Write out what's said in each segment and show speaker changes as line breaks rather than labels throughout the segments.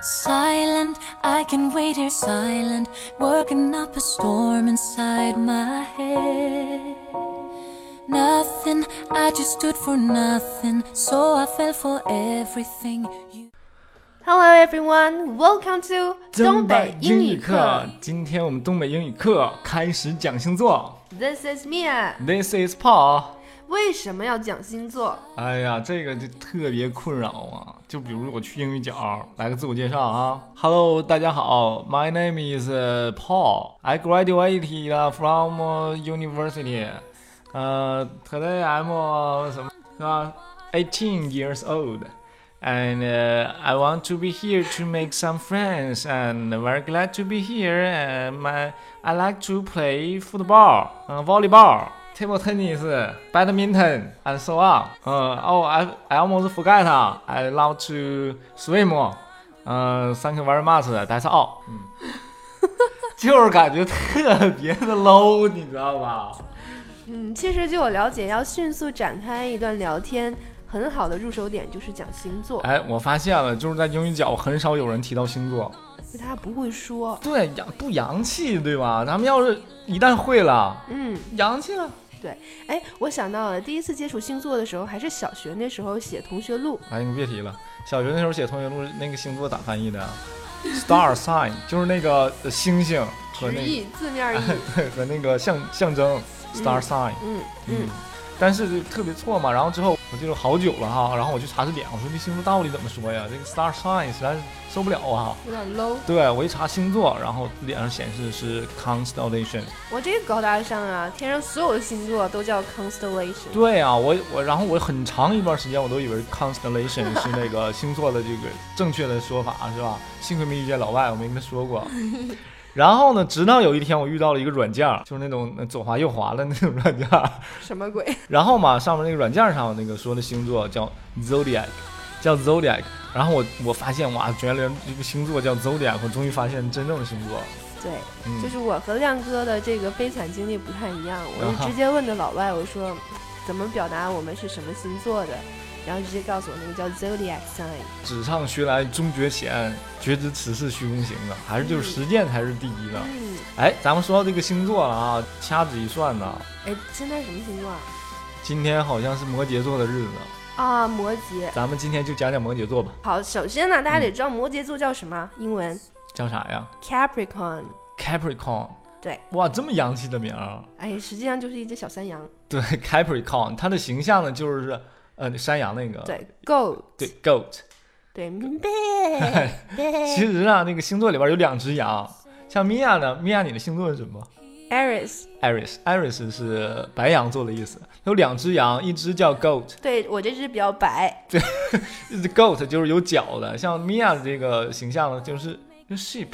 Silent, I can wait here silent, working up a storm inside my head. Nothing, I just stood for nothing, so I fell for everything. You
Hello everyone, welcome to
东
东
北
北英
英语
语
课
课。，
今天我们东北英语课开始讲星座。
This is Mia。
This is Paul。
为什么要讲星座？
哎呀，这个就特别困扰啊！就比如我去英语角，来个自我介绍啊。Hello，大家好，My name is uh, Paul. I graduated uh, from uh, university. 呃、t o d a y I'm uh, 什么是吧？18 years old. And uh, I want to be here to make some friends, and very glad to be here. And my I like to play football, uh, volleyball, table tennis, badminton, and so on. Uh, oh, I, I almost forgot. uh, I love to swim. Uh, thank you very much. That's all. 嗯，就是感觉特别的 low，你知道吧？
嗯，其实据我了解，要迅速展开一段聊天，很好的入手点就是讲星座，
哎，我发现了，就是在英语角很少有人提到星座。
因为他不会说。
对，洋不洋气，对吧？咱们要是一旦会了，
嗯，
洋气了。
对。哎，我想到了，第一次接触星座的时候，还是小学那时候写同学录。
哎，你别提了，小学那时候写同学录，那个星座咋翻译的啊？Star sign 就是那个呃星星和
直
那
译字面 意。
个 和那个象象征 star sign，
嗯嗯，
但是就特别错嘛。然后之后我记得好久了哈，然后我去查字典，我说这星座到底怎么说呀？这个 star sign 实在是受不了啊。
有点 low。
对我一查星座，然后字典上显示是 constellation。
我这个高大上啊，天上所有的星座都叫 constellation。
对啊，我我然后我很长一段时间我都以为 constellation 是那个星座的这个正确的说法是吧？幸亏没遇见老外，我没跟他说 过。然后呢，直到有一天我遇到了一个软件儿，就是那种呃左滑右滑的那种软件儿。
什么鬼？
然后嘛，上面那个软件儿上那个说的星座叫 zodiac，叫 zodiac。然后我我发现哇，原来这个星座叫 zodiac，我终于发现真正的星座。
对。
嗯，
就是我和亮哥的这个悲惨经历不太一样，我
啊
是直接问的老外，我说怎么表达我们是什么星座的，然后直接告诉我那个叫 zodiac sign。
纸上学来终觉浅，绝知此事须躬行啊，还是就是实践才是第一的。
嗯，
哎，咱们说到这个星座了啊，掐指一算呢，
哎，现在什么星座啊？
今天好像是摩羯座的日子，
啊，摩羯。
咱们今天就讲讲摩羯座吧。
好，首先呢，大
嗯
家得知道摩羯座叫什么，英文
叫啥呀
Capricorn。
？Capricorn。
对，
哇，这么洋气的名儿。
哎，实际上就是一只小山羊。
对，Capricorn，它的形象呢就是呃山羊那个。
对，Goat。
对，goat。
对，贝
其实啊，那个星座里边有两只羊，像米娅呢，米娅你的星座是什么
Aries。
？Iris，Iris 是白羊座的意思。有两只羊，一只叫 goat，
对我这只比较白，
一只 goat 就是有角的，像米娅的这个形象呢，就是就是 sheep，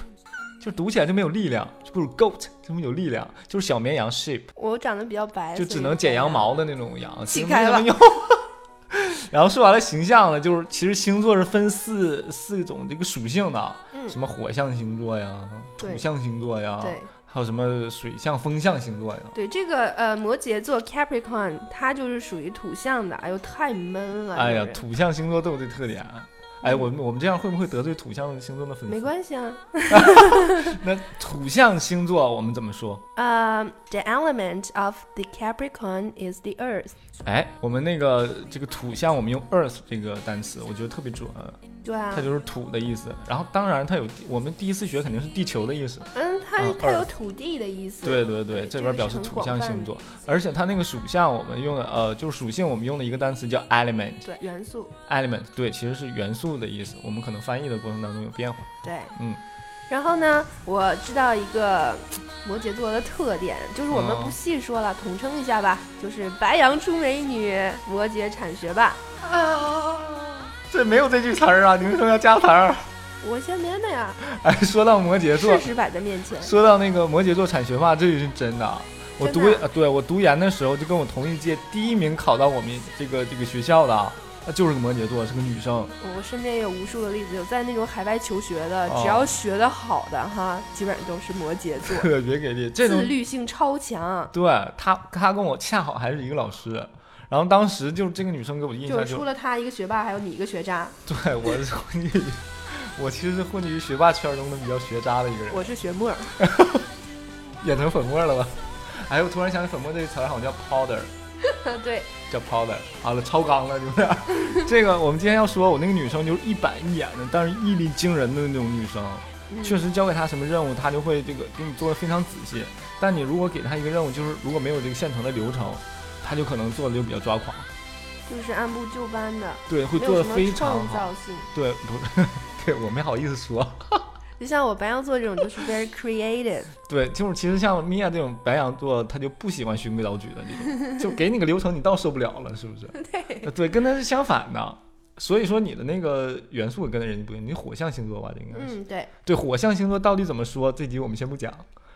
就读起来就没有力量，不如 goat 就没有力量，就是小绵羊 sheep，
我长得比较白，
就
哎所以
只能剪羊。毛的那种羊，
起
其实
开
没什么
了
用。 然后说完了形象呢，就是其实星座是分四四种这个属性的，
嗯
什么火象星座呀，
对
土象星座呀，
对。
还有什么水象、风象星座呀。
对这个呃摩羯座 Capricorn，它就是属于土象的。哎呦，太闷了！
哎呀
这，人
土象星座都有这特点。哎，我们我们这样会不会得罪土象星座的粉丝？
没关系啊。
那土象星座我们怎么说？
呃、t h e element of the Capricorn is the earth。
哎，我们那个这个土象，我们用 earth 这个单词，我觉得特别准，
对啊
它，就是土的意思。然后当然它有，我们第一次学肯定是地球的意思。
嗯，它、
嗯
它有
earth
土地的意思。
对对对，
对
这边表示土象星座，而且它那个属相我们用的呃，就是属性我们用的一个单词叫 element，element
对元素，
对，其实是元素的意思。我们可能翻译的过程当中有变化。
对，
嗯。
然后呢，我知道一个摩羯座的特点，就是我们
嗯
不细说了，统称一下吧，就是白羊出美女，摩羯产学霸。
啊，这没有这句词儿啊，你为什么要加词儿？
我先编的呀，
哎，说到摩羯座
事，实摆在面前。
说到那个摩羯座产学霸，这是真的啊。我读
真的啊
呃对我读研的时候，就跟我同一届第一名考到我们这个这个学校的啊，那就是个摩羯座，是个女生。
我身边也有无数的例子，有在那种海外求学的，
哦
只要学得好的哈，基本上都是摩羯座，
特别给力， 这
自
种
律性超强。
对她她跟我恰好还是一个老师，然后当时就这个女生给我印
就
象
是除
就
了他一个学霸，还有你一个学渣。
对我我我其实是混迹于学霸圈中的比较学渣的一个人，
我是学 木耳，
演成粉末了吧？哎，我突然想起粉末这个词儿好像叫 powder，
对，
叫 powder。好了，超纲了，就是这个。我们今天要说，我那个女生就是一板一眼的，但是毅力惊人的那种女生，
嗯
确实交给她什么任务，她就会这个给你做的非常仔细。但你如果给她一个任务，就是如果没有这个现成的流程，她就可能做的就比较抓狂，
就是按部就班的，
对，会
没
做
有
的
什么
非常
创
好。
造性。
对，不是， 对我没好意思说。
就像我白羊座这种，就是 very creative，
对，就是其实像米娅这种白羊座，她就不喜欢循规蹈矩的这种，就给你个流程，你倒受不了了，是不是？
对，
呃对，跟她是相反的。所以说你的那个元素跟人家不一样，你火象星座吧，这应该是、
嗯，对，
对火象星座到底怎么说？这集我们先不讲。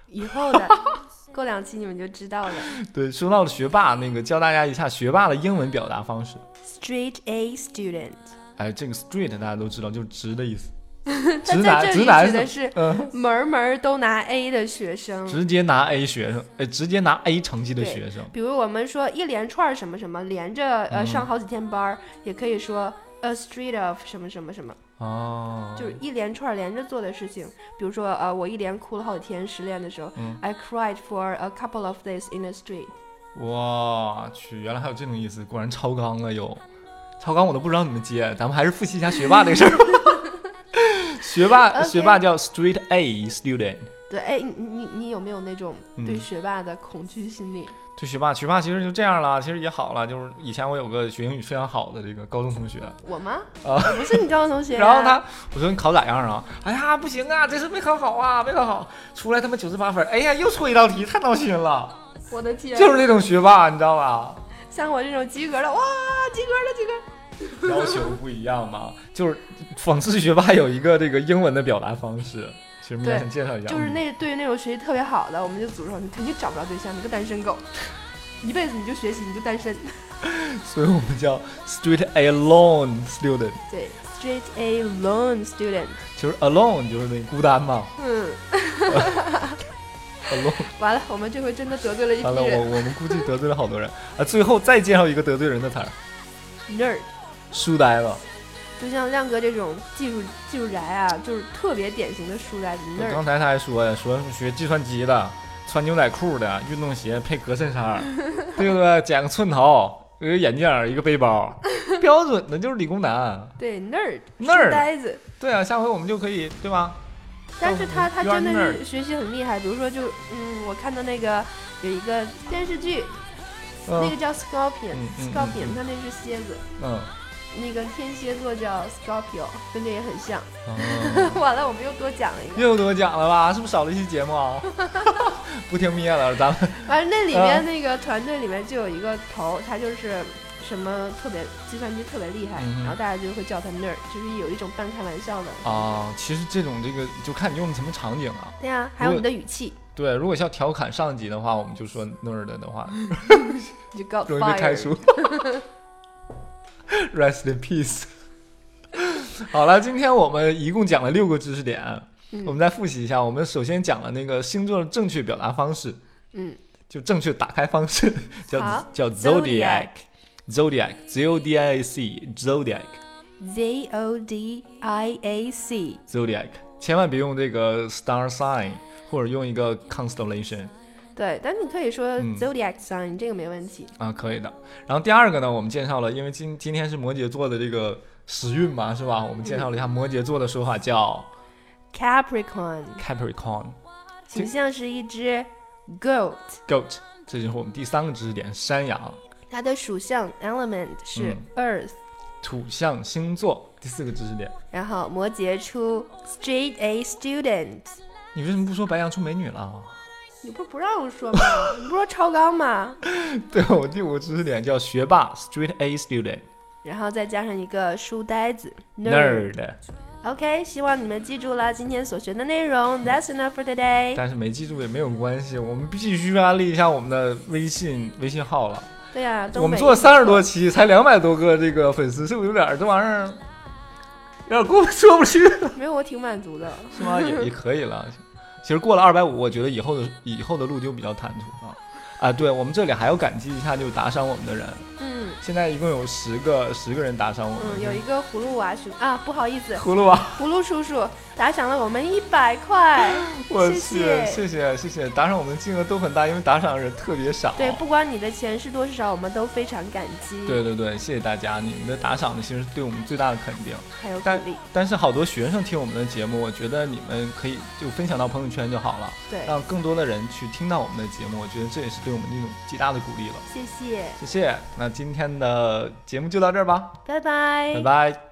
以后 的过两期你们就知道了。
对，说到了学霸，那个教大家一下学霸的英文表达方式。
Straight A student，
哎，这个 straight 大家都知道，就是直的 意思。
他
直男，
在这
直
里
男
指的
是，
是
嗯，
门儿门儿都拿 A 的学生。
直接拿 A 学生，呃，直接拿 A 成绩的
对
学生。
比如我们说一连串儿什么什么，连着呃
嗯
上好几天班儿，也可以说 a street of 什么什么什么，
哦，
就是一连串儿连着做的事情。比如说呃，我一连哭了好几天，失恋的时候、
嗯
i cried for a couple of days in the street。
我去，原来还有这种意思，果然超纲了又。超纲我都不知道怎么接，咱们还是复习一下学霸这个事儿吧。 学霸
OK
学霸叫 Street A student。
对，哎，你你你有没有那种
嗯
对学霸的恐惧心理？
对学霸，学霸其实就这样了，其实也好了。就是以前我有个学英语非常好的这个高中同学，
我吗？
啊
我不是你高中同学、啊
然后他，我说你考咋样啊？哎呀，不行啊，这次没考好啊，没考好，出来他妈九十八分，哎呀，又错一道题，太闹心了。
他，我的天，啊
就是这种学霸，你知道吧？
像我这种及格的，哇，及格了，及格了。
要求不一样嘛，就是讽刺学霸有一个这个英文的表达方式，其实明天
对
想介绍一下，
就是那对于那种学习特别好的，我们就诅咒你肯定找不着对象，你个单身狗，一辈子你就学习你就单身。
嗯所以我们叫 street alone student，
对，straight A lone student。
就是 alone 就是那孤单嘛
嗯，
，alone。
完了，我们这回真的得罪了一
完了，
批
我
人。
我们估计得罪了好多人啊。最后再介绍一个得罪人的词儿，
nerd，
书呆子。
就像亮哥这种技术技术宅啊，就是特别典型的书呆子 nerd。
刚才他还说呀，说是学计算机的，穿牛仔裤的，运动鞋配格衬 衫儿，对不对？剪个寸头，一个眼镜儿，一个背包，标准的就是理工男。
对 nerd，
nerd
书呆子。
对啊，下回我们就可以，对吧？
但是他他真
哦 You are
的
nerd
是学习很厉害，比如说就嗯，我看到那个有一个电视剧，
嗯
那个叫 Scorpion，Scorpion，、
嗯嗯嗯嗯
它那是蝎子。
嗯，
那个天蝎座叫 Scorpio，跟这也很像。
哦
完了，我们又多讲了一个。
又得奖了吧？是不是少了一期节目 啊？不听灭了，咱们
完了，那里面那个团队里面就有一个头儿，他就是什么特别计算机特别厉害，
嗯哼
然后大家就会叫他 nerd，就是有一种半开玩笑的。
啊，其实这种这个就看你用什么场景啊。
对呀、还有你的语气，
对，如果要调侃上级的话，我们就说 nerd 的话，
你就 got
容易被开
fired。
除。Rest in peace。好了，今天我们一共讲了六个知识点，
嗯
我们再复习一下。我们首先讲了那个星座的正确表达方式，
嗯，
就正确打开方式叫
好
叫
Zodiac
zodiac z o d i a c zodiac
Z O D I A C，
zodiac，千万别用这个 star sign 或者用一个 constellation
对，但你可以说
嗯
zodiac sign，、这个没问题。
啊，可以的。然后第二个呢，我们介绍了，因为今今天是摩羯座的这个时运嘛，是吧？我们介绍了一下摩羯座的说法叫
Capricorn
Capricorn
形象是一只 goat，
goat，这就是我们第三个知识点，山羊。
它的属相 element 是
嗯
earth。
土象星座第四个知识点，
然后摩羯出 straight A student，
你为什么不说白羊出美女了啊？
你不是不让我说吗？ 你不是说超纲吗？
对，我第五个知识点叫学霸 （Straight A Student）
然后再加上一个书呆子 nerd。
nerd，
OK，希望你们记住了今天所学的内容。That's enough for today。
但是没记住也没有关系，我们必须安利一下我们的微信微信号了。
对啊呀、东北
我们做三十多期，才两百多个这个粉丝，是不是有点儿这玩意儿有点儿过说不去了？
没有我挺满足的。
是吗？也也可以 了。其实过了二百五，我觉得以后的以后的路就比较坦途了。啊，对，我们这里还要感激一下，就是打赏我们的人，
嗯，
现在一共有十个十个人打赏我
嗯，
们，
有一个葫芦娃叔啊，不好意思，
葫 芦娃，
葫芦叔叔打赏了我们一百块，
我
谢
去，谢谢谢谢，打赏我们金额都很大，因为打赏的人特别少。
对，不管你的钱是多是少，我们都非常感激，
对对对，谢谢大家，你们的打赏呢，其实是对我们最大的肯定。
还有鼓
但
励，
但是好多学生听我们的节目，我觉得你们可以就分享到朋友圈就好了，
对，
让更多的人去听到我们的节目，我觉得这也是对我们一种极大的鼓励了。
谢谢，
谢谢，那今天的节目就到这儿吧，
拜拜，
拜拜。